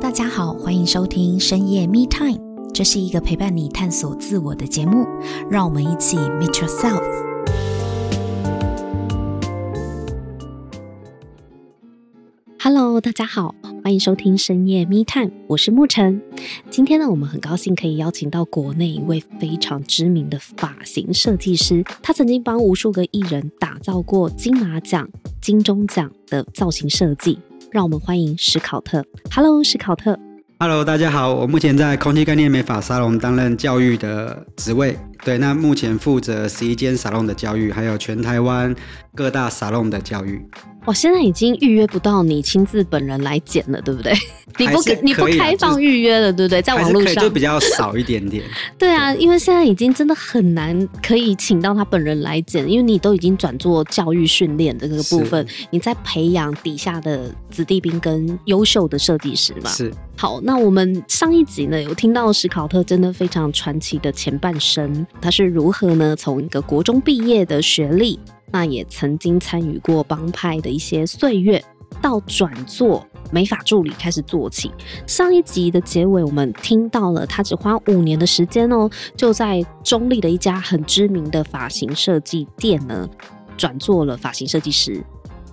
大家好，欢迎收听深夜 Me Time，这是一个陪伴你探索自我的节目，让我们一起 Meet Yourself。Hello，大家好，欢迎收听深夜 Me Time，我是沐晨。今天呢，我们很高兴可以邀请到国内一位非常知名的发型设计师，他曾经帮无数个艺人打造过金马奖、金钟奖的造型设计。让我们欢迎史考特。Hello，史考特。 Hello，大家好，我目前在空气概念美发沙龙担任教育的职位。对，那目前负责十一间沙龙的教育，还有全台湾各大沙龙的教育。我哦现在已经预约不到你亲自本人来剪了，对不 对？你不还是可以啊你不开放预约了，对不对？在还网是络可以，上就，比较少一 点点。对啊，因为现在已经真的很难可以请到他本人来剪，因为你都已经转做教育训练的这个部分，你在培养底下的子弟兵跟优秀的设计师嘛。是，好，那我们上一集呢有听到史考特真的非常传奇的前半生，他是如何呢从一个国中毕业的学历，那也曾经参与过帮派的一些岁月，到转做美发助理开始做起。上一集的结尾我们听到了，他只花五年的时间哦，就在中立的一家很知名的发型设计店呢转做了发型设计师。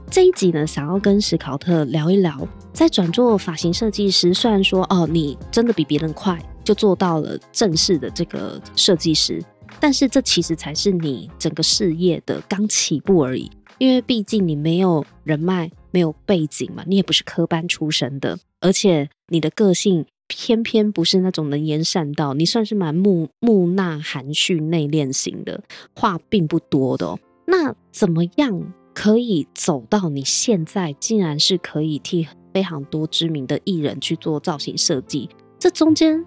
这一集呢，想要跟史考特聊一聊，在转做发型设计师，虽然说哦，你真的比别人快，就做到了正式的这个设计师，但是这其实才是你整个事业的刚起步而已，因为毕竟你没有人脉，没有背景嘛，你也不是科班出身的，而且你的个性。偏偏不是那种能言善道，你算是蛮木木讷、含蓄、内敛型的，话并不多的哦。那怎么样可以走到你现在，竟然是可以替非常多知名的艺人去做造型设计？这中间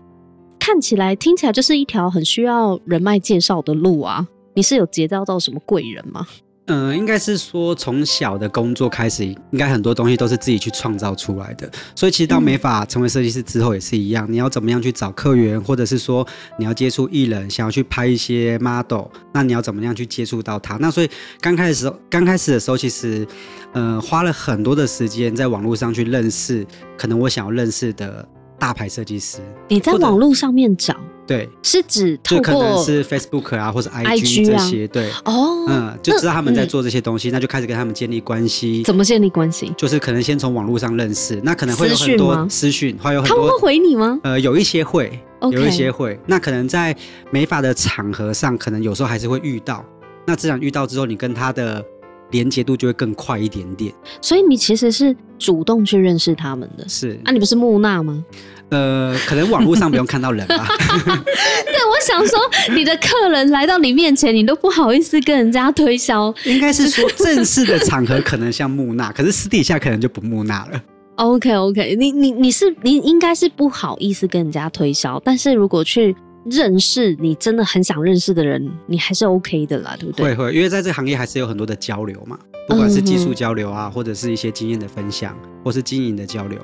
看起来、听起来就是一条很需要人脉介绍的路啊！你是有结交到什么贵人吗？嗯、应该是说从小的工作开始，应该很多东西都是自己去创造出来的。所以其实到嗯美发成为设计师之后也是一样，你要怎么样去找客源，或者是说你要接触艺人，想要去拍一些 model，那你要怎么样去接触到他？那所以刚开始刚开始的时候，其实呃花了很多的时间在网络上去认识，可能我想要认识的大牌设计师，你在或者网络上面找，对，是指透就可能过是 Facebook 啊，或者 IG 这啊些，对。哦、嗯，就知道他们在嗯做这些东西，那就开始跟他们建立关系。怎么建立关系？就是可能先从网络上认识，那可能会有私讯很吗多私讯，会有很他们会多回你吗？呃，有一些会 OK 有一些会。那可能在美发的场合上，可能有时候还是会遇到。那自然遇到之后，你跟他的连接度就会更快一点点。所以你其实是主动去认识他们的是，啊？你不是木讷吗？呃，可能网络上不用看到人 吧。对，我想说，你的客人来到你面前，你都不好意思跟人家推销。应该是说正式的场合可能像木讷，可是私底下可能就不木讷了。 OK OK，你你你是你应该是不好意思跟人家推销，但是如果去认识你真的很想认识的人，你还是 OK 的啦，对不对？会会，因为在这个行业还是有很多的交流嘛，不管是技嗯术哼交流啊，或者是一些经验的分享，或是经营的交流。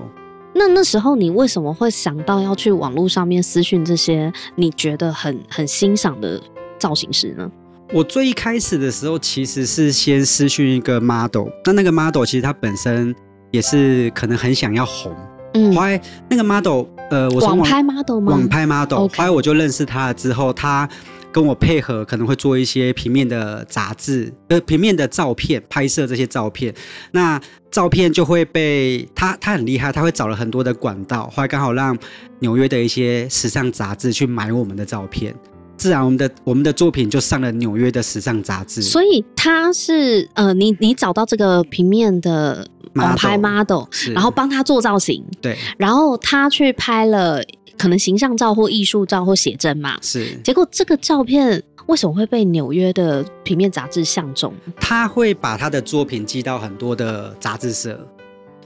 那那时候你为什么会想到要去网络上面私讯这些你觉得很很欣赏的造型师呢？我最一开始的时候，其实是先私讯一个 model，那那个 model 其实他本身也是可能很想要红，嗯，后来那个 model，呃，我网从网拍 model 吗？网拍 model，后 OK 来我就认识他了之后，他跟我配合，可能会做一些平面的杂志，呃，平面的照片拍摄这些照片，那照片就会被他，他很厉害，他会找了很多的管道，后来刚好让纽约的一些时尚杂志去买我们的照片。自然，我们的我们的作品就上了纽约的时尚杂志。所以他是呃，你你找到这个平面的网拍 Model model，是然后帮他做造型，对，然后他去拍了可能形象照或艺术照或写真嘛，是结果这个照片为什么会被纽约的平面杂志相中？他会把他的作品寄到很多的杂志社，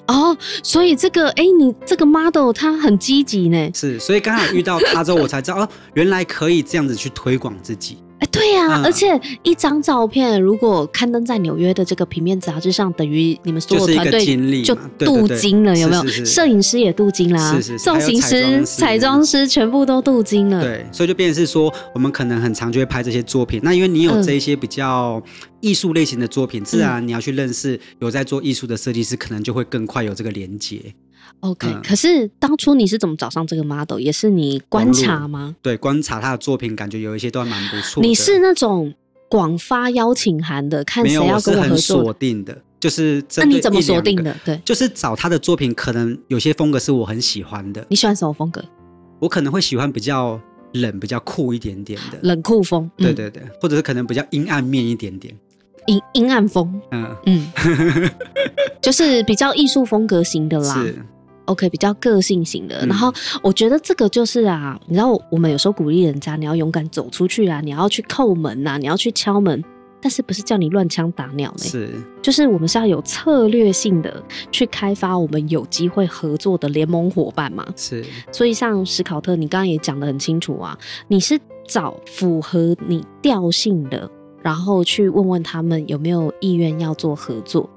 哦，所以这个哎，你这个 model 他很积极呢，是，所以刚好遇到他之后，我才知道哦，原来可以这样子去推广自己。哎，对呀、嗯而且一张照片如果刊登在纽约的这个平面杂志上，等于你们所有就是一个团队经历嘛就对对镀对金了，有没有？是是是摄影师也镀金啦，是是是造型还有师、彩妆师彩妆师全部都镀金了。对，所以就变成是说，我们可能很常就会拍这些作品。那因为你有嗯这一些比较艺术类型的作品，自然你要去认识有在做艺术的设计师，可能就会更快有这个连接。 OK，、嗯可是当初你是怎么找上这个 model？也是你观察吗？对，观察他的作品，感觉有一些都还蛮不错的。你是那种广发邀请函的，看没谁有？要我是跟我很合作锁？定的，就是那针对你怎么一两锁定个？的？对，就是找他的作品，可能有些风格是我很喜欢的，你喜欢什么风格？我可能会喜欢比较冷、比较酷一点点的，冷酷风，嗯对对对，或者是可能比较阴暗面一点点，阴阴暗风，嗯， 嗯，就是比较艺术风格型的啦。是， OK，比较个性型的。嗯然后我觉得这个就是啊，你知道我我们有时候鼓励人家，你要勇敢走出去啊，你要去叩门呐、你要去敲门，但是不是叫你乱枪打鸟呢？是，就是我们是要有策略性的去开发我们有机会合作的联盟伙伴嘛。是，所以像史考特，你刚刚也讲得很清楚啊，你是找符合你调性的，然后去问问他们有没有意愿要做合作。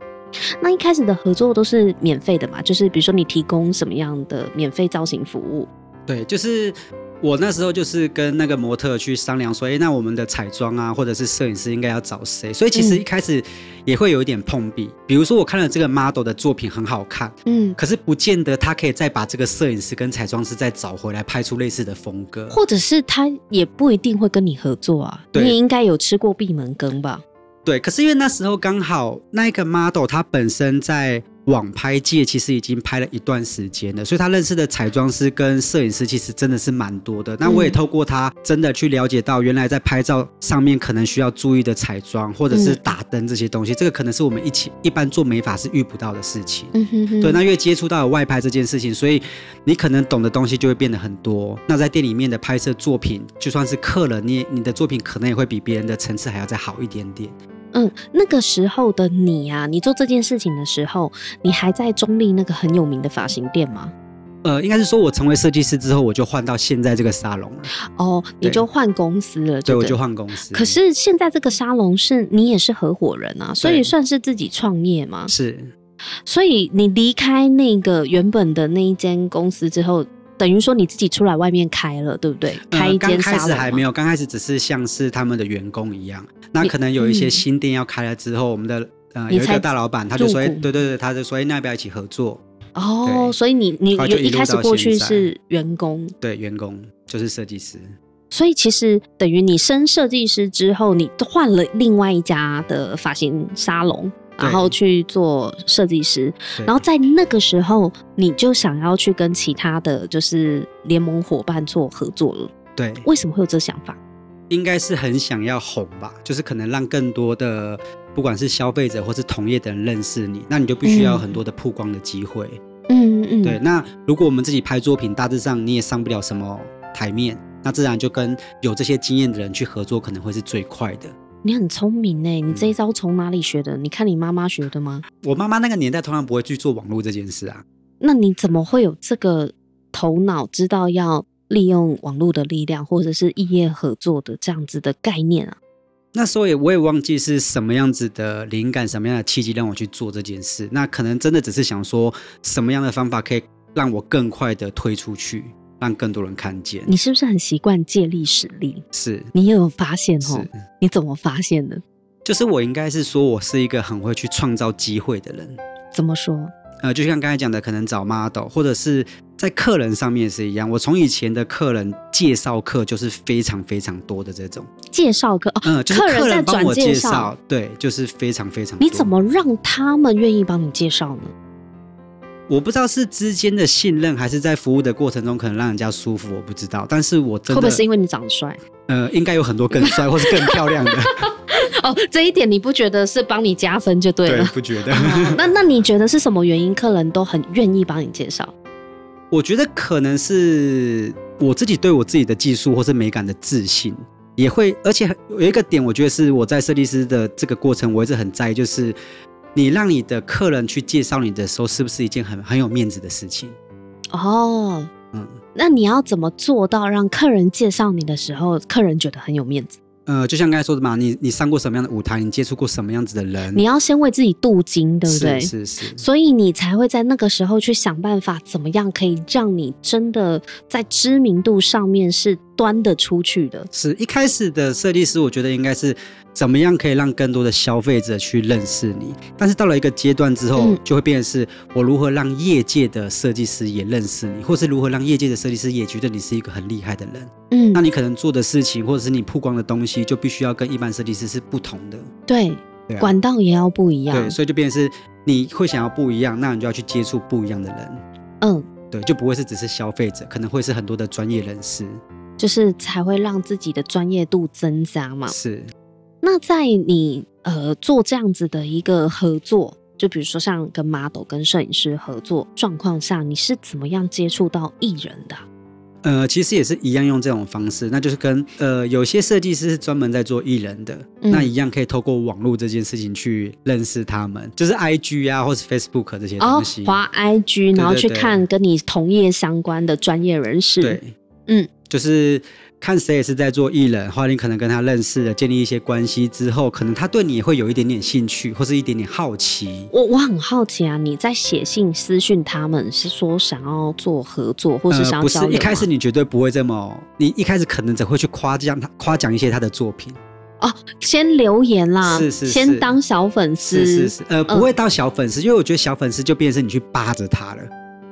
那一开始的合作都是免费的嘛，就是比如说你提供什么样的免费造型服务，对，就是我那时候就是跟那个模特去商量说，哎，那我们的彩妆啊，或者是摄影师应该要找谁？所以其实嗯一开始也会有一点碰壁，比如说我看了这个 model 的作品很好看，嗯，可是不见得他可以再把这个摄影师跟彩妆师再找回来拍出类似的风格。或者是他也不一定会跟你合作啊，你对也应该有吃过闭门羹吧？对，可是因为那时候刚好那一个 model 他本身在网拍界其实已经拍了一段时间了，所以他认识的彩妆师跟摄影师其实真的是蛮多的。那我也嗯透过他真的去了解到，原来在拍照上面可能需要注意的彩妆或者是嗯打灯这些东西，这个可能是我们一起一般做美发是遇不到的事情。嗯哼哼对，那越接触到了外拍这件事情，所以你可能懂的东西就会变得很多。那在店里面的拍摄作品，就算是客人，你也你的作品可能也会比别人的层次还要再好一点点。嗯，那个时候的你啊，你做这件事情的时候，你还在中立那个很有名的发型店吗？呃，应该是说我成为设计师之后，我就换到现在这个沙龙了，哦，你对就换公司了，所对以不我对就换公司。可是现在这个沙龙是你也是合伙人啊，所以对算是自己创业嘛。是所以你离开那个原本的那一间公司之后，等于说你自己出来外面开了，对不对？呃开一刚间开沙始龙啊还嘛没有，刚开始只是像是他们的员工一样。那你可能有一些嗯新店要开了之后，我们的呃你有一才个大老板，他就说，入哎股对对对，他就说，哎，那要不要一起合作？哦，对所以你你后来有就一一路开始到过现去在是员工，对，员工就是设计师。所以其实等于你升设计师之后，你换了另外一家的发型沙龙，对然后去做设计师。对然后在那个时候，你就想要去跟其他的就是联盟伙伴做合作了。对，为什么会有这想法？应该是很想要红吧，就是可能让更多的不管是消费者或是同业的人认识你，那你就必须要有很多的曝光的机会。嗯嗯，对，，那如果我们自己拍作品，大致上你也上不了什么台面，那自然就跟有这些经验的人去合作，可能会是最快的。你很聪明哎，嗯你这一招从哪里学的？你看你妈妈学的吗？我妈妈那个年代通常不会去做网络这件事啊，那你怎么会有这个头脑，知道要利用网络的力量，或者是异业合作的这样子的概念啊？那时候也我也忘记是什么样子的灵感，什么样的契机让我去做这件事。那可能真的只是想说，什么样的方法可以让我更快的推出去，让更多人看见。你是不是很习惯借力使力？是你也有发现哦是？，你怎么发现的？就是我应该是说我是一个很会去创造机会的人。怎么说？呃，就像刚才讲的，可能找 model，或者是在客人上面也是一样。我从以前的客人介绍客就是非常非常多的这种，介绍个哦，嗯、就是客人客在人帮转我介介绍绍，对，就是非常非常多。你怎？么让他们愿意帮你介绍呢？我不知道是之间的信任，还是在服务的过程中可能让人家舒服，我不知道。但是我真会的，不会是因为你长得帅？ 呃，应该有很多更帅或是更漂亮的，哦，这一点你不觉得是帮你加分就 对了？不觉 得？哦那那你觉得是什么原因？客人都很愿意帮你介绍？我觉得可能是我自己对我自己的技术或是美感的自信，也会，而且有一个点，我觉得是我在设计师的这个过程，我一直很在意，就是你让你的客人去介绍你的时候，是不是一件很很有面子的事情？哦，嗯，那你要怎么做到让客人介绍你的时候，客人觉得很有面子？呃，就像刚才说的嘛，你你上过什么样的舞台，你接触过什么样子的人，你要先为自己镀金，对不对？是是是，所以你才会在那个时候去想办法，怎么样可以让你真的在知名度上面是端得出去的。是一开始的设计师，我觉得应该是怎么样可以让更多的消费者去认识你。但是到了一个阶段之后嗯，就会变成是我如何让业界的设计师也认识你，或是如何让业界的设计师也觉得你是一个很厉害的人。嗯那，你可能做的事情，或者是你曝光的东西，就必须要跟一般设计师是不同的。对，对啊管道也要不一对，样。所以就变成是你会想要不一样，那你就要去接触不一样的人。嗯，对，就不会是只是消费者，可能会是很多的专业人士。就是才会让自己的专业度增加嘛。是，那在你呃做这样子的一个合作，就比如说像跟 model、跟摄影师合作状况下，你是怎么样接触到艺人的啊？呃，其实也是一样用这种方式，那就是跟呃有些设计师是专门在做艺人的，嗯那一样可以透过网络这件事情去认识他们，就是 I G 啊，或是 Facebook 这些哦东西。，滑 IG，然后对去对看跟你同业相关的专业人士。对，嗯，就是看谁也是在做艺人，后来你可能跟他认识了，建立一些关系之后，可能他对你也会有一点点兴趣，或是一点点好奇。我我很好奇啊，你在写信私讯他们是说想要做合作，或是想要呃不交是流吗、一开始你绝对不会这么，你一开始可能只会去夸奖他，夸奖一些他的作品，哦，先留言啦，是是是先当小粉丝，是是是，嗯呃，不会到小粉丝，因为我觉得小粉丝就变成是你去扒着他了。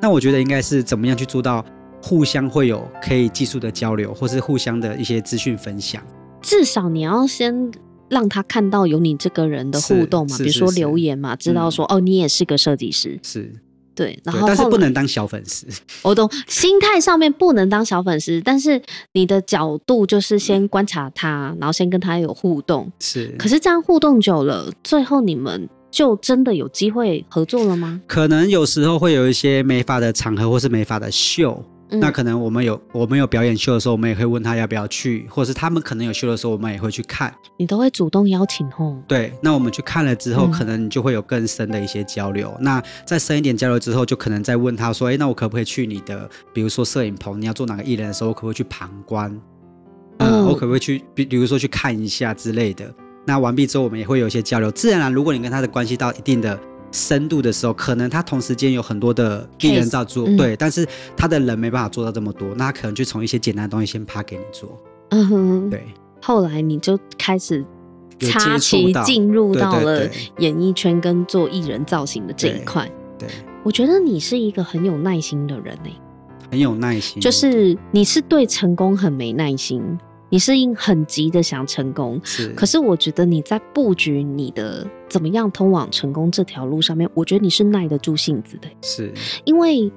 那我觉得应该是怎么样去做到互相会有可以技术的交流，或是互相的一些资讯分享。至少你要先。让他看到有你这个人的互动嘛，是是比如说是是留言嘛，知道说、哦，你也是个设计师，是，对。然对后但是后不来能当小粉丝。我懂，心态上面不能当小粉丝，但是你的角度就是先观察嗯他，然后先跟他有互动，是，可是这样互动久了，最后你们就真的有机会合作了吗？可能有时候会有一些美发的场合或是美发的秀，嗯那可能我们有我们有表演秀的时候，我们也会问他要不要去，或是他们可能有秀的时候，我们也会去看。你都会主动邀请哦。对，那我们去看了之后，嗯可能你就会有更深的一些交流。那再深一点交流之后，就可能再问他说：“哎，那我可不可以去你的，比如说摄影棚，你要做哪个艺人的时候，我可不可以去旁观？嗯，嗯我可不可以去，比比如说去看一下之类的？”那完毕之后，我们也会有一些交流。自然而然，如果你跟他的关系到一定的深度的时候，可能他同时间有很多的艺人 Case，照做，嗯对，但是他的人没办法做到这么多，那他可能就从一些简单的东西先拍给你做，嗯哼，对，后来你就开始有插接旗触到，进入对到对了对演艺圈跟做艺人造型的这一对块。对，我觉得你是一个很有耐心的人呢、欸很有耐心，就是你是对成功很没耐心，你是因很急的想成功，是，可是我觉得你在布局你的怎么样通往成功这条路上面，我觉得你是耐得住性子的、是因为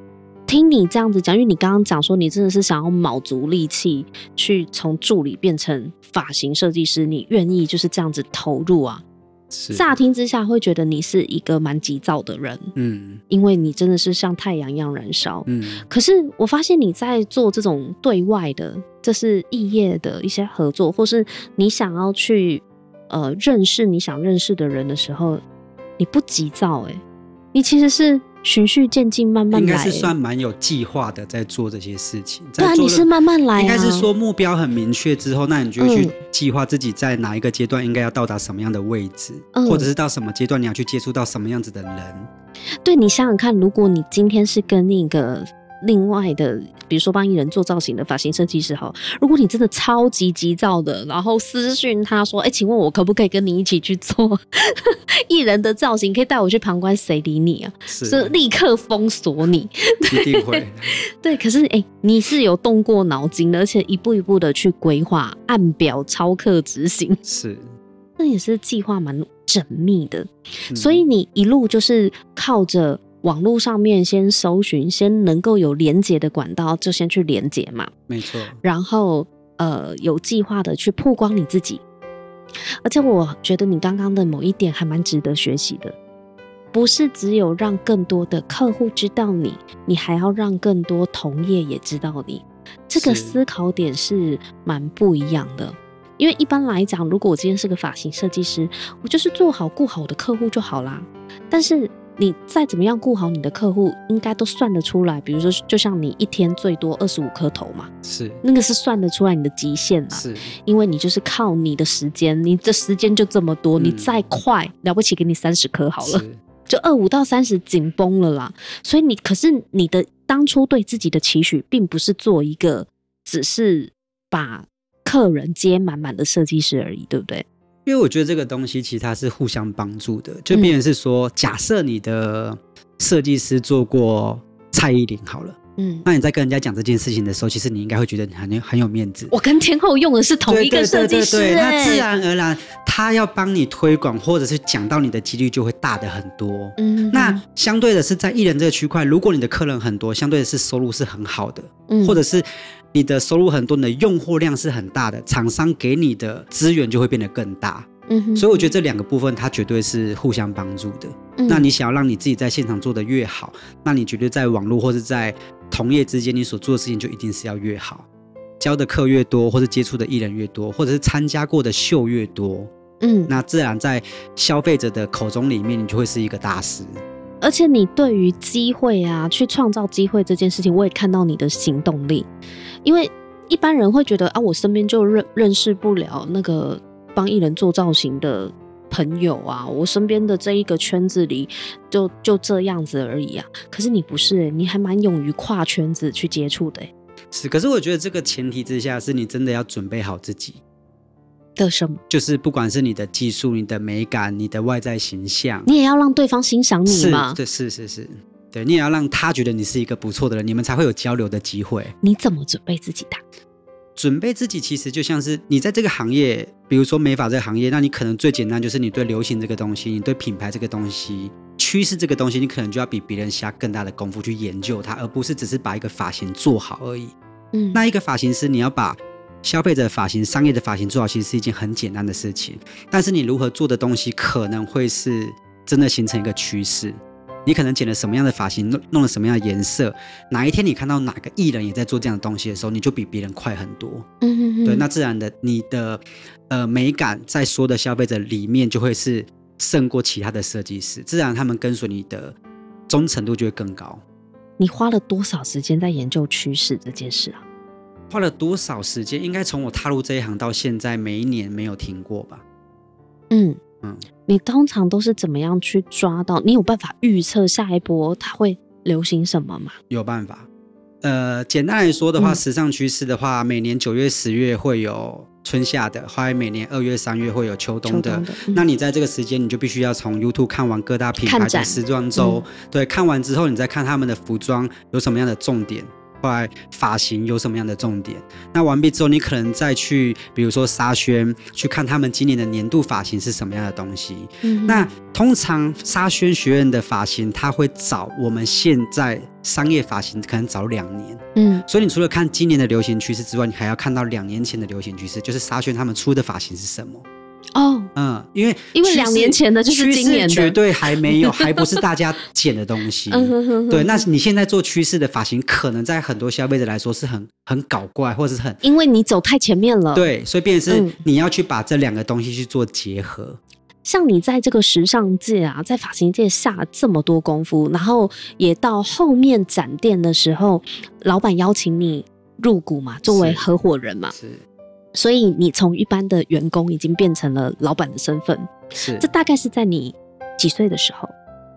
听你这样子讲，因为你刚刚讲说你真的是想要卯足力气去从助理变成发型设计师，你愿意就是这样子投入啊。是乍听之下会觉得你是一个蛮急躁的人，嗯因为你真的是像太阳一样燃烧。嗯可是我发现你在做这种对外的，这是异业的一些合作，或是你想要去呃认识你想认识的人的时候，你不急躁哎、你其实是循序渐进，慢慢应来、该欸。是算蛮有计划的，在做这些事情。对啊在做你是慢慢来啊嗯应该是说目标很明确之后，那你就会去计划自己在哪一个阶段应该要到达什么样的位置，嗯或者是到什么阶段你要去接触到什么样子的人。，对你想想看，如果你今天是跟那个另外的，比如说帮艺人做造型的发型设计师好，如果你真的超级急躁的，然后私讯他说：“哎，请问我可不可以跟你一起去做 艺人的造型？可以带我去旁观？”谁理你啊？就是立刻封锁你。一定 会。对，可是哎，你是有动过脑筋的，而且一步一步的去规划，按表超课执行， 是，那也是计划蛮缜密的。嗯所以你一路就是靠着网络上面先搜寻，先能够有连接的管道就先去连接嘛，没错，然后呃有计划的去曝光你自己。而且我觉得你刚刚的某一点还蛮值得学习的，不是只有让更多的客户知道你，你还要让更多同业也知道你。这个是思考点是蛮不一样的，因为一般来讲，如果我今天是个发型设计师，我就是做好顾好我的客户就好啦。但是你再怎么样顾好你的客户，应该都算得出来。比如说，就像你一天最多二十五颗头嘛，是那个是算得出来你的极限啦。是因为你就是靠你的时间，你这时间就这么多，嗯你再快了不起给你三十颗好了，是就二五到三十紧绷了啦。所以你可是你的当初对自己的期许，并不是做一个只是。把客人接满满的设计师而已，对不对？因为我觉得这个东西其实它是互相帮助的，就变成是说，假设你的设计师做过蔡依林好了，嗯，那你在跟人家讲这件事情的时候，其实你应该会觉得你很有很有面子。我跟天后用的是同一个设计师、对对对对对，那自哎然而然他要帮你推广或者是讲到你的几率就会大的很多。嗯，那相对的是在艺人这个区块，如果你的客人很多，相对的是收入是很好的，嗯或者是你的收入很多，你的用货量是很大的，厂商给你的资源就会变得更大。嗯哼所以我觉得这两个部分它绝对是互相帮助的。嗯那你想要让你自己在现场做的越好，那你绝对在网络或是在同业之间，你所做的事情就一定是要越好，教的课越多，或是接触的艺人越多，或者是参加过的秀越多，嗯，那自然在消费者的口中里面，你就会是一个大师。而且你对于机会啊，去创造机会这件事情，我也看到你的行动力，因为一般人会觉得啊，我身边就认认识不了那个帮艺人做造型的朋友啊，我身边的这一个圈子里就就这样子而已啊。可是你不是欸、你还蛮勇于跨圈子去接触的欸、是，可是我觉得这个前提之下，是你真的要准备好自己，的什么？就是不管是你的技术、你的美感、你的外在形象，你也要让对方欣赏你是嘛？对，是是是，对你也要让他觉得你是一个不错的人，你们才会有交流的机会。你怎么准备自己的？准备自己其实就像是你在这个行业，比如说美发这个行业，那你可能最简单就是你对流行这个东西，你对品牌这个东西、趋势这个东西，你可能就要比别人下更大的功夫去研究它，而不是只是把一个发型做好而已。嗯，那一个发型师，你要把消费者的发型、商业的发型做好，其实是一件很简单的事情。但是你如何做的东西，可能会是真的形成一个趋势。你可能剪了什么样的发型，弄弄了什么样的颜色，哪一天你看到哪个艺人也在做这样的东西的时候，你就比别人快很多。嗯哼哼对，那自然的，你的呃美感在说的消费者里面就会是胜过其他的设计师，自然他们跟随你的忠诚度就会更高。你花了多少时间在研究趋势这件事啊？花了多少时间？应该从我踏入这一行到现在，每一年没有停过吧？嗯嗯，你通常都是怎么样去抓到？你有办法预测下一波它会流行什么吗？有办法。呃，简单来说的话，嗯时尚趋势的话，每年九月、十月会有春夏的，还有每年二月、三月会有秋冬的。秋冬的嗯那你在这个时间，你就必须要从 YouTube 看完各大品牌看的展嗯时装周，对，看完之后，你再看他们的服装有什么样的重点。后来发型有什么样的重点？那完毕之后，你可能再去，比如说沙宣，去看他们今年的年度发型是什么样的东西。嗯那通常沙宣学院的发型，他会找我们现在商业发型，可能找两年。嗯所以你除了看今年的流行趋势之外，你还要看到两年前的流行趋势，就是沙宣他们出的发型是什么。哦，嗯，因为因为趋势两年前的就是今年的趋势绝对还 没有，还不是大家剪的东西。嗯哼哼哼对，那你现在做趋势的发型，可能在很多消费者来说是很很搞怪，或者是很因为你走太前面了。，对，所以变成嗯是你要去把这两个东西去做结合。像你在这个时尚界啊，在发型界下这么多功夫，然后也到后面展店的时候，老板邀请你入股嘛，作为是合伙人嘛，是所以你从一般的员工已经变成了老板的身份。是这，大概是在你几岁的时候？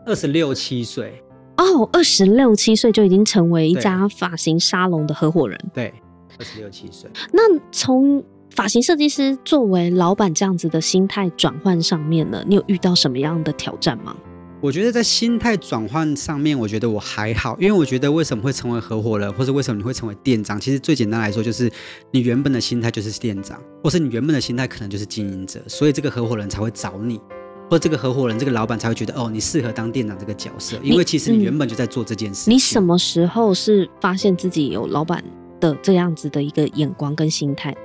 二十六七岁，哦，二十六七岁就已经成为一对家发型沙龙的合伙人。对，二十六七岁。那从发型设计师作为老板这样子的心态转换上面呢，你有遇到什么样的挑战吗？我觉得在心态转换上面，我觉得我还好，因为我觉得为什么会成为合伙人，或者为什么你会成为店长，其实最简单来说就是你原本的心态就是店长，或是你原本的心态可能就是经营者，所以这个合伙人才会找你，或这个合伙人这个老板才会觉得哦，你适合当店长这个角色，因为其实嗯你原本就在做这件事情。你什么时候是发现自己有老板的这样子的一个眼光跟心态？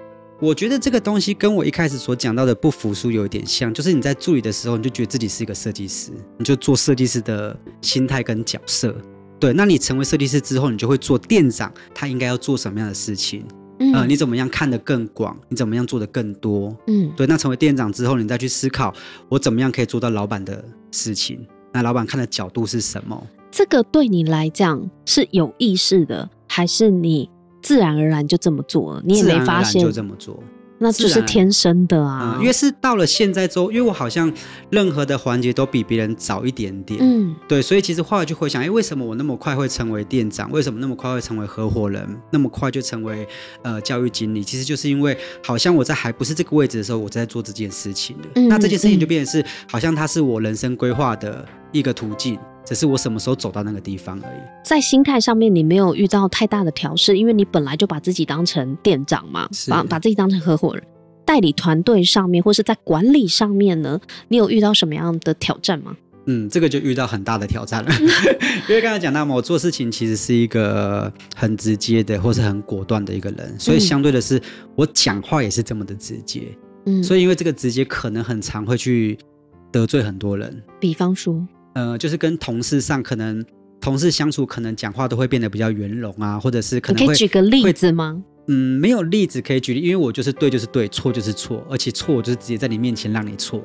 我觉得这个东西跟我一开始所讲到的不服输有一点像，就是你在助理的时候，你就觉得自己是一个设计师，你就做设计师的心态跟角色。对，那你成为设计师之后，你就会做店长，他应该要做什么样的事情？嗯呃，你怎么样看得更广？你怎么样做得更多？嗯对，那成为店长之后，你再去思考我怎么样可以做到老板的事情，那老板看的角度是什么？这个对你来讲是有意识的，还是你自然而然就这么做了？你也自没然而发然现就这么做。那就是天生的啊嗯，，因为是到了现在之后，因为我好像任何的环节都比别人早一点点，嗯对，所以其实后来就回想，哎，为什么我那么快会成为店长？为什么那么快会成为合伙人？那么快就成为呃教育经理？其实就是因为好像我在还不是这个位置的时候，我在做这件事情了。嗯那这件事情嗯就变成是，好像它是我人生规划的一个途径，只是我什么时候走到那个地方而已。在心态上面你没有遇到太大的调试，因为你本来就把自己当成店长嘛，是把把自己当成合伙人。代理团队上面，或是在管理上面呢，你有遇到什么样的挑战吗？嗯，这个就遇到很大的挑战嗯了， 因为刚才讲到嘛，我做事情其实是一个很直接的，或是很果断的一个人，所以嗯相对的是，我讲话也是这么的直接。嗯，所以因为这个直接可能很常会去得罪很多人，比方说，呃，就是跟同事上可能同事相处，可能讲话都会变得比较圆融啊，或者是可你可能以会举个例子吗？嗯没有例子可以举例，因为我就是对就是对，错就是错，而且错我就是直接在你面前让你错，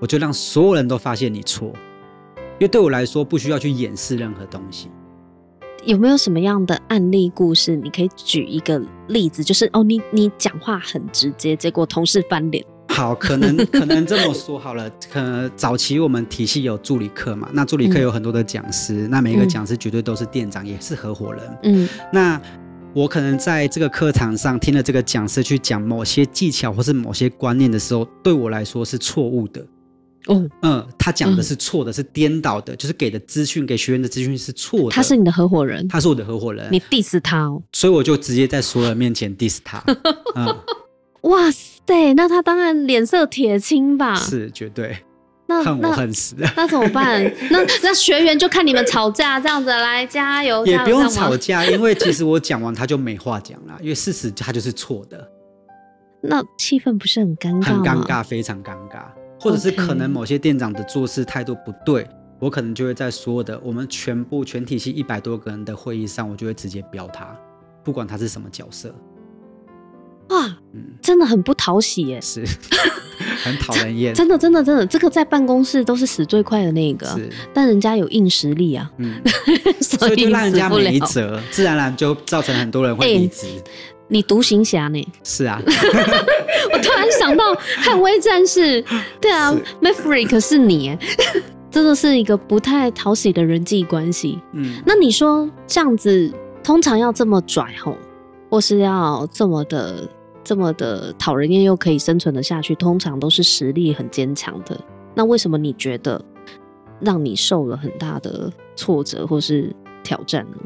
我就让所有人都发现你错，因为对我来说不需要去掩饰任何东西。有没有什么样的案例故事？你可以举一个例子，就是哦，你你讲话很直接，结果同事翻脸。好，可能可能这么说好了。可能早期我们体系有助理课嘛，那助理课嗯有很多的讲师，那每一个嗯讲师绝对都是店长，也是合伙人。嗯那我可能在这个课堂上听了这个讲师去讲某些技巧或是某些观念的时候，对我来说是错误的。哦，嗯，他讲的是错的，是颠倒的，就是给的资讯给学员的资讯是错的。他是你的合伙人，他是我的合伙人嗯你，diss 他哦。所以我就直接在所有人面前 diss 他。嗯，哇塞，那他当然脸色铁青吧？是绝对哦那恨我那恨死。那怎么办？那那学员就看你们吵架这样子，来加油，也加不油用这样吵吗架，因为其实我讲完他就没话讲了，因为事实他就是错的，那气氛不是很尴尬很吗？尴尬，非常尴尬，或者是 OK 可能某些店长的做事态度不对，我可能就会在所有的我们全部全体系一百多个人的会议上，我就会直接标他，不管他是什么角色，哇，嗯，真的很不讨喜耶！ 是很讨人厌，真的，真的，真的，这个在办公室都是死最快的那个， 是，但人家有硬实力啊， 嗯，所所以就让人死家不没了。辙，自然而然就造成很多人 会哎离职，你独行侠呢？是啊，我突然想到《捍卫战士》， 对啊是，Maverick 是你耶， 真的是一个不太讨喜的人际关系。嗯，那你说这样子，通常要这么拽吼，或是要这么的、这么的讨人厌又可以生存的下去，通常都是实力很坚强的。那为什么你觉得让你受了很大的挫折或是挑战呢？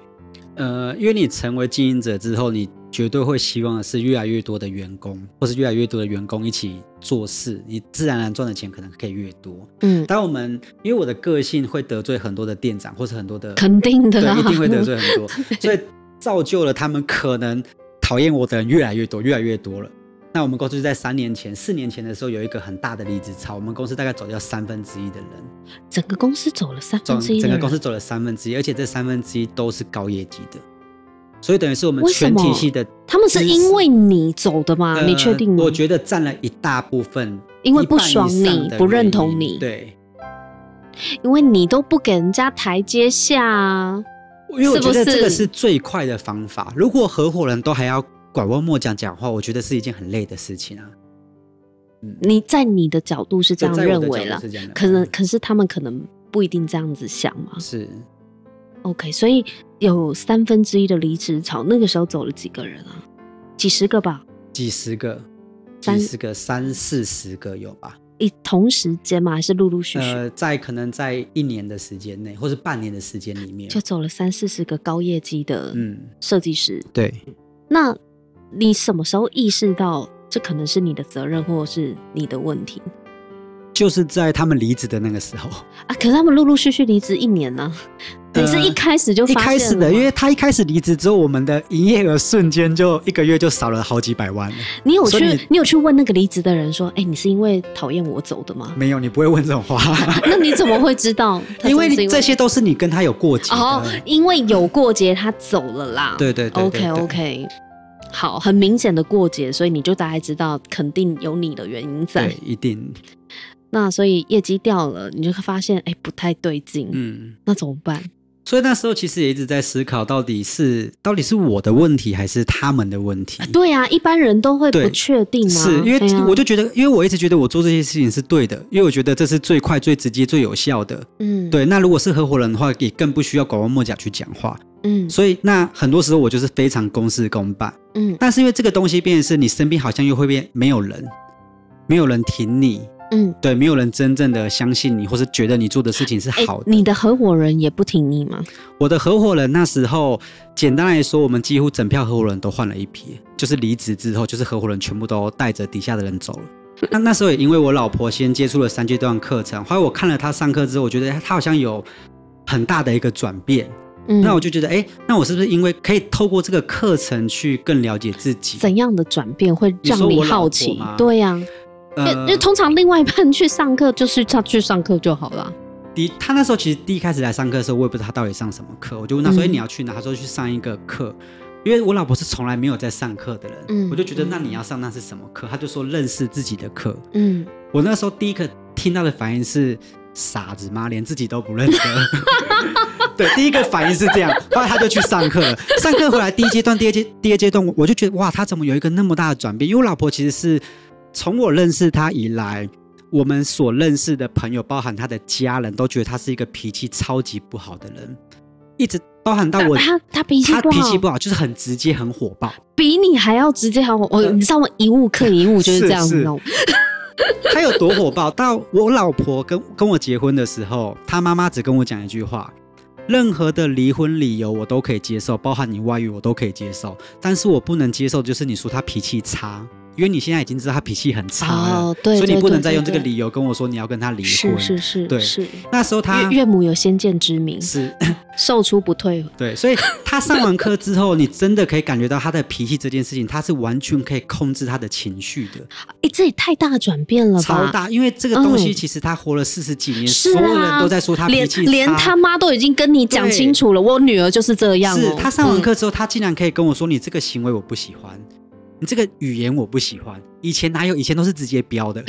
呃，因为你成为经营者之后，你绝对会希望的是越来越多的员工，或是越来越多的员工一起做事，你自然而然赚的钱可能可以越多。嗯，当然我们因为我的个性会得罪很多的店长，或是很多的，肯定的啊对，啦，，一定会得罪很多 所以造就了他们可能讨厌我的人越来越多，越来越多了。那我们公司就在三年前、四年前的时候有一个很大的离职潮，我们公司大概走掉三分之一的人，整个公司走了三分整之一的整个人，公司走了三分之一，而且这三分之一都是高业绩的，所以等于是我们为什全么体系的，他们是因为你走的吗？呃你确定吗？我觉得占了一大部分，因为一半不爽以上你的不认原同因你对，因为你都不给人家台阶下啊。因为我是不觉得这个是是最快的方法。如果合伙人都还要拐弯抹角讲话，我觉得是一件很累的事情啊。你在你的角度是这样在我的认角为度啦，是这样的嗯可能可是他们可能不一定这样子想嘛。是 OK，所以有三分之一的离职潮，那个时候走了几个人啊？几十个吧，几十个。三几十个、三四十个有吧？一同时间嘛，还是陆陆续续、呃，在可能在一年的时间内，或是半年的时间里面，就走了三四十个高业绩的嗯，设计师。对，那你什么时候意识到这可能是你的责任，或者是你的问题就是在他们离职的那个时 候，啊？可是他们陆陆续续离职一年呢、 你是一开始就呃一发现开始了的，吗因为他一开始离职之后，我们的营业额瞬间就一个月就少了好几百万了。你有所以去你你有去问那个离职的人说，哎、你是因为讨厌我走的 吗？没有，你不会问这 种话，那你怎么会知 道？他因真的是为这些都是你跟他有过节的。哦，因为有过节他走了啦。对对对 o k OK，好，很明显的过节，所以你就大概知道肯定有你的原因对在。一定，那所以业绩掉了，你就发现哎、不太对劲，嗯，那怎么办？所以那时候其实也一直在思考，到底是到底是我的问题还是他们的问题？对啊，一般人都会不对确定啊，是对因为啊我就觉得，因为我一直觉得我做这些事情是对的，因为我觉得这是最快、最直接、最有效的。嗯对，那如果是合伙人的话，也更不需要拐弯抹角去讲话。嗯所以那很多时候我就是非常公事公办。嗯但是因为这个东西变成是你身边好像又会变没有人，没有人挺你，嗯，对，没有人真正的相信你，或是觉得你做的事情是哎、好的。你的合伙人也不挺你吗？我的合伙人那时候，简单来说，我们几乎整票合伙人都换了一批，就是离职之后，就是合伙人全部都带着底下的人走了。那那时候也因为我老婆先接触了三阶段课程，后来我看了她上课之后，我觉得哎她好像有很大的一个转变，嗯，那我就觉得，哎，那我是不是因为可以透过这个课程去更了解自己？怎样的转变会让你说我老好婆奇吗？对呀、因为因呃为，通常另外一半去上课就是他去上课就好了。第他那时候其实第一开始来上课的时候，我也不知道他到底上什么课，我就问他说：“嗯哎、你要去哪？”他说：“去上一个课。”因为我老婆是从来没有在上课的人，嗯我就觉得嗯那你要上那是什么课？他就说认识自己的课。嗯，我那时候第一个听到的反应是傻子吗？连自己都不认得。 对，第一个反应是这样，后来他就去上课了。上课回来第一阶段、第二阶、第二阶段，我我就觉得哇，他怎么有一个那么大的转变？因为我老婆其实是从我认识她以来，我们所认识的朋友，包含她的家人，都觉得她是一个脾气超级不好的人，一直包含到我。啊他他脾气她不脾好气，不好，就是很直接、很火爆。比你还要直接好。我我你知道吗？一物克一物就是这样哦是是弄。他有多火爆？到我老婆跟跟我结婚的时候，他妈妈只跟我讲一句话：任何的离婚理由我都可以接受，包含你外遇我都可以接受，但是我不能接受就是你说他脾气差，因为你现在已经知道他脾气很差了，哦对所以对你不对能再对用这个对理由跟我说你要跟他离婚。是是是，对是。那时候他岳岳母有先见之明，是售出不退。对，所以他上完课之后，你真的可以感觉到他的脾气这件事情，他是完全可以控制他的情绪的。哎，这也太大转变了吧？哦超大，因为这个东西嗯其实他活了四十几年，是啊所有人都在说他脾连气连他妈都已经跟你讲对清楚了，我女儿就是这样、哦。是他上完嗯课之后，他竟然可以跟我说：“你这个行为我不喜欢，你这个语言我不喜欢。”以前哪有？以前都是直接 飙的。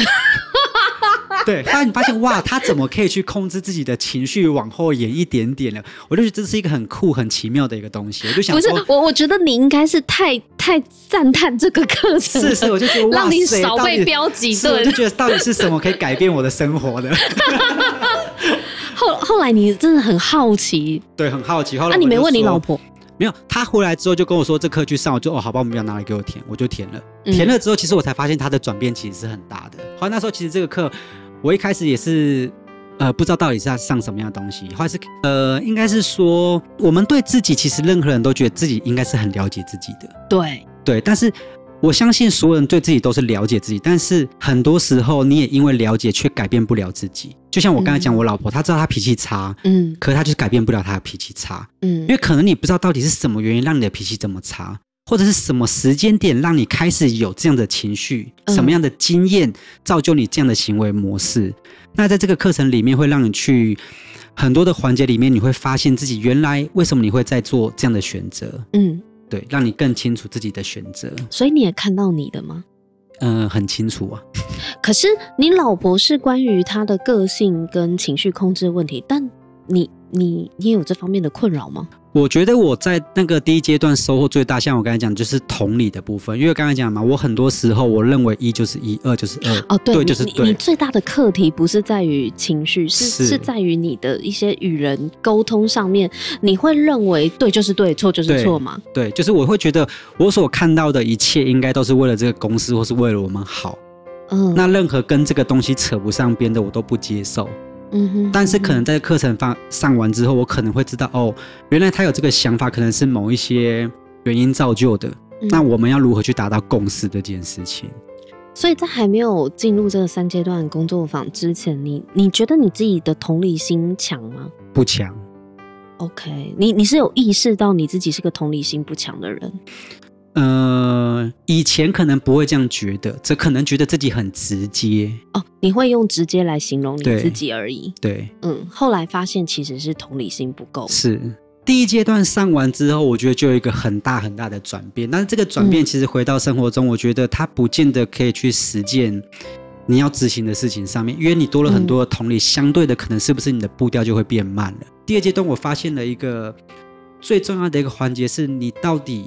对，后来你发现哇，他怎么可以去控制自己的情绪往后延一点点了？我就觉得这是一个很酷、很奇妙的一个东西。我就想不是说，我，我觉得你应该是太太赞叹这个课程了，是 是，我就觉得哇让你塞少到被底标几是我顿就。觉得到底是什么可以改变我的生活的？ 后后来你真的很好奇，对，很好奇。后来那、啊你 我就没问你说老婆？没有，他回来之后就跟我说这课去上，我就哦好吧，我们要拿来给我填，我就填了。嗯填了之后，其实我才发现他的转变其实是很大的。后来那时候其实这个课，我一开始也是呃不知道到底是要上什么样的东西，后来是呃应该是说我们对自己其实任何人都觉得自己应该是很了解自己的，对，对，但是。我相信所有人对自己都是了解自己，但是很多时候你也因为了解却改变不了自己。就像我刚才讲，我老婆她知道她脾气差，嗯可是她就是改变不了她的脾气差。嗯，因为可能你不知道到底是什么原因让你的脾气这么差，或者是什么时间点让你开始有这样的情绪，嗯什么样的经验造就你这样的行为模式。那在这个课程里面，会让你去很多的环节里面，你会发现自己原来为什么你会在做这样的选择，嗯，对，让你更清楚自己的选择，所以你也看到你的吗？嗯、很清楚啊。可是你老婆是关于她的个性跟情绪控制问题，但你你你也有这方面的困扰吗？我觉得我在那个第一阶段收获最大，像我刚才讲，就是同理的部分。因为刚才讲嘛，我很多时候我认为一就是一，二就是二，哦，对，对你就是你对你最大的课题不是在于情绪，是是是在于你的一些与人沟通上面，你会认为对就是对，错就是对错嘛？对，就是我会觉得我所看到的一切，应该都是为了这个公司或是为了我们好。嗯，那任何跟这个东西扯不上边的，我都不接受。嗯哼，但是可能嗯在课程方上完之后，我可能会知道，哦，原来他有这个想法，可能是某一些原因造就的。哼那我们要如何去达到共识这件事情？所以在还没有进入这个三阶段工作坊之前，你你觉得你自己的同理心强吗不强， ？OK，你你是有意识到你自己是个同理心不强的人，呃，以前可能不会这样觉得，这可能觉得自己很直接，哦，你会用直接来形容你对自己而已。对，嗯，后来发现其实是同理心不够。是第一阶段上完之后，我觉得就有一个很大很大的转变。但是这个转变嗯其实回到生活中，我觉得它不见得可以去实践你要执行的事情上面，因为你多了很多的同理，相对的可能是不是你的步调就会变慢了？第二阶段我发现了一个最重要的一个环节，是你到底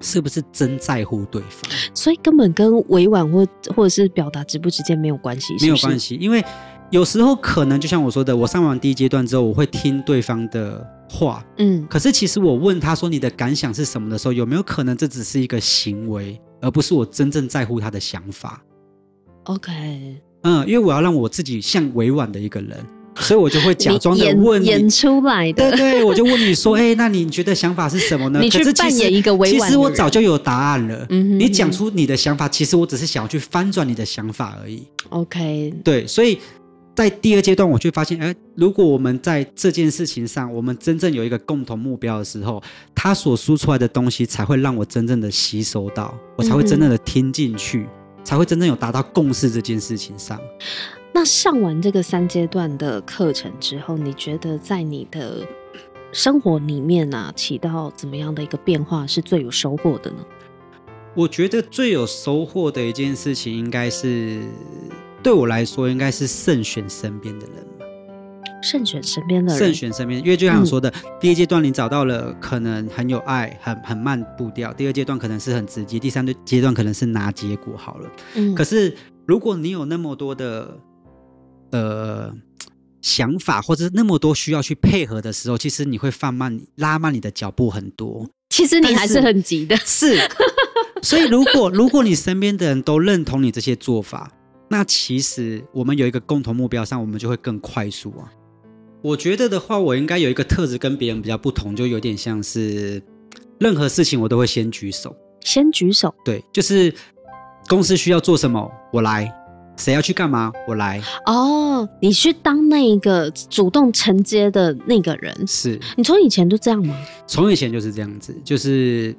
是不是真在乎对方，所以根本跟委婉或或者是表达直不直接没有关系，没有是不是关。系，因为有时候可能就像我说的，我上完第一阶段之后，我会听对方的话，嗯，可是其实我问他说你的感想是什么的时候，有没有可能这只是一个行为，而不是我真正在乎他的想法？ OK，嗯，因为我要让我自己像委婉的一 个人，所以我就会假你装的演问演你。出来对的，对，我就问 你说，哎、那你觉得想法是什么呢？你可去是其扮实演一个委婉的人其实我早就有答案了。嗯哼你讲出你的想法，其实我只是想要去翻转你的想法而已。嗯 OK，对，所以在第二阶段，我就发现，哎、如果我们在这件事情上，我们真正有一个共同目标的时候，他所输出来的东西才会让我真正的吸收到，我才会真正的听进去，才会真正有达到共识这件事情上。那上完这个三阶段的课程之后，你觉得在你的生活里面呢、啊，起到怎么样的一个变化是最有收获的呢？我觉得最有收获的一件事情，应该是对我来说，应该是慎选身边的人吧。慎选身边的人，慎选身边，因为就像我说的，第一阶段你找到了可能很有爱、很很慢步调；第二阶段可能是很直接；第三阶段可能是拿结果好了。嗯可是如果你有那么多的呃想法，或者是那么多需要去配合的时候，其实你会放慢、拉慢你的脚步很多。其实你但还是是很急的，是，所以如果 如果你身边的人都认同你这些做法，那其实我们有一个共同目标上，我们就会更快速啊。我觉得的话，我应该有一个特质跟别人比较不同，就有点像是任何事情我都会 先举手，先举手对，就是公司需要做什么，我来；谁要去干嘛，我来。哦，你去当那一个主动承接的那个人。是，你从以前就这样吗？从以前就是这样子，就是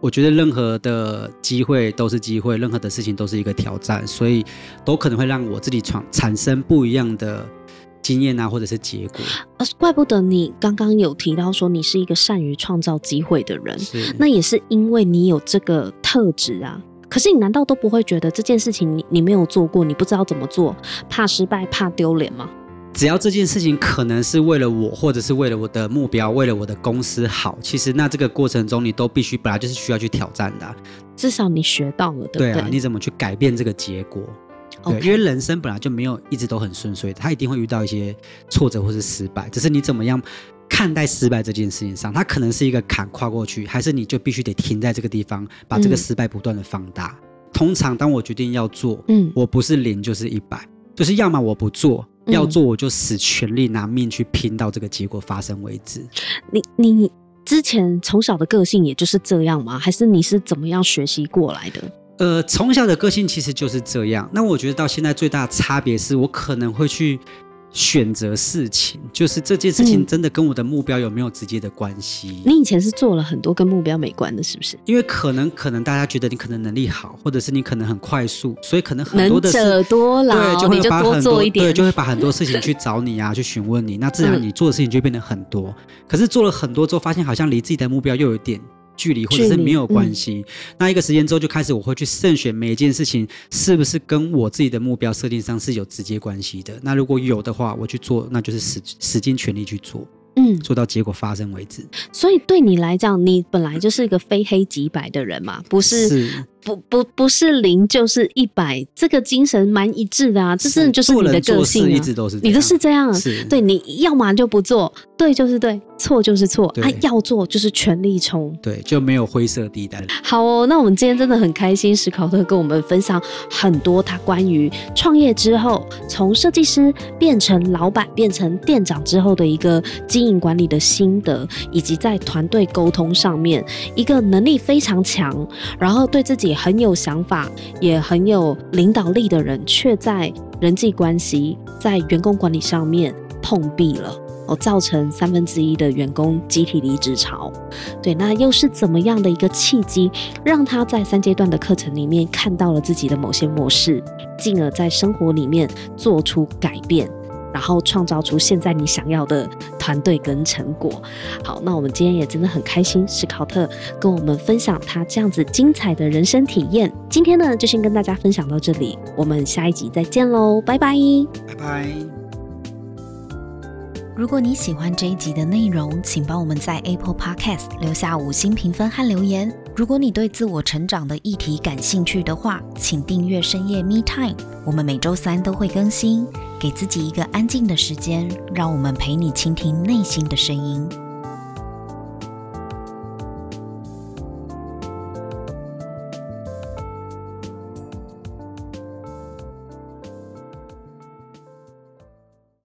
我觉得任何的机会都是机会，任何的事情都是一个挑战，所以都可能会让我自己创产生不一样的经验啊，或者是结果。呃，怪不得你刚刚有提到说你是一个善于创造机会的人，是，嗯那也是因为你有这个特质啊。可是你难道都不会觉得这件事情你你没有做过，你不知道怎么做，怕失败，怕丢脸吗？只要这件事情可能是为了我，或者是为了我的目标，为了我的公司好，其实那这个过程中你都必须本来就是需要去挑战的啊、至少你学到了，对不对啊，你怎么去改变这个结果？对 OK 因为人生本来就没有一直都很顺遂的，他一定会遇到一些挫折或是失败，只是你怎么样看待失败这件事情上，它可能是一个坎跨过去，还是你就必须得停在这个地方，把这个嗯失败不断的放大。通常当我决定要做，嗯，我不是零就是一百，就是要么我不做，嗯要做我就使全力拿命去拼到这个结果发生为止。你你之前从小的个性也就是这样吗？还是你是怎么样学习过来的？呃，从小的个性其实就是这样。那我觉得到现在最大的差别是我可能会去选择事情，就是这件事情嗯真的跟我的目标有没有直接的关系。你以前是做了很多跟目标没关的，是不是？因为可能可能大家觉得你可能能力好，或者是你可能很快速，所以可能很能多的事者多劳，对，就会你就把多很做多一点，对，就会把很多事情去找你啊，去询问你，那自然嗯你做的事情就变得很多。可是做了很多之后，发现好像离自己的目标又有点距离，或者距是离没有关嗯系。那一个时间之后，就开始我会去慎选每一件事情是不是跟我自己的目标设定上是有直接关系的。那如果有的话，我去做，那就是使使尽全力去做，嗯，做到结果发生为止。所以对你来讲，你本来就是一个非黑即白的人嘛，不是是不不不是零就是一百，这个精神蛮一致的啊，这真的就是做你的人个做性事一啊，直都是这你就样是这样啊。是对，你要么就不做，对就是对，错就是错，对啊，要做就是全力冲。对，就没有灰色地带。好哦，那我们今天真的很开心，史考特跟我们分享很多他关于创业之后，从设计师变成老板、变成店长之后的一个经营管理的心得，以及在团队沟通上面，一个能力非常强，然后对自己很有想法，也很有领导力的人，却在人际关系、在员工管理上面碰壁了。哦，造成三分之一的员工集体离职潮，对，那又是怎么样的一个契机，让他在三阶段的课程里面看到了自己的某些模式，进而在生活里面做出改变，然后创造出现在你想要的团队跟成果。好，那我们今天也真的很开心，史考特跟我们分享他这样子精彩的人生体验。今天呢，就先跟大家分享到这里，我们下一集再见喽，拜拜。拜拜。如果你喜欢这一集的内容，请帮我们在 Apple Podcast 留下五星评分和留言。如果你对自我成长的议题感兴趣的话，请订阅深夜 Me Time，我们每周三都会更新。给自己一个安静的时间，让我们陪你倾听内心的声音。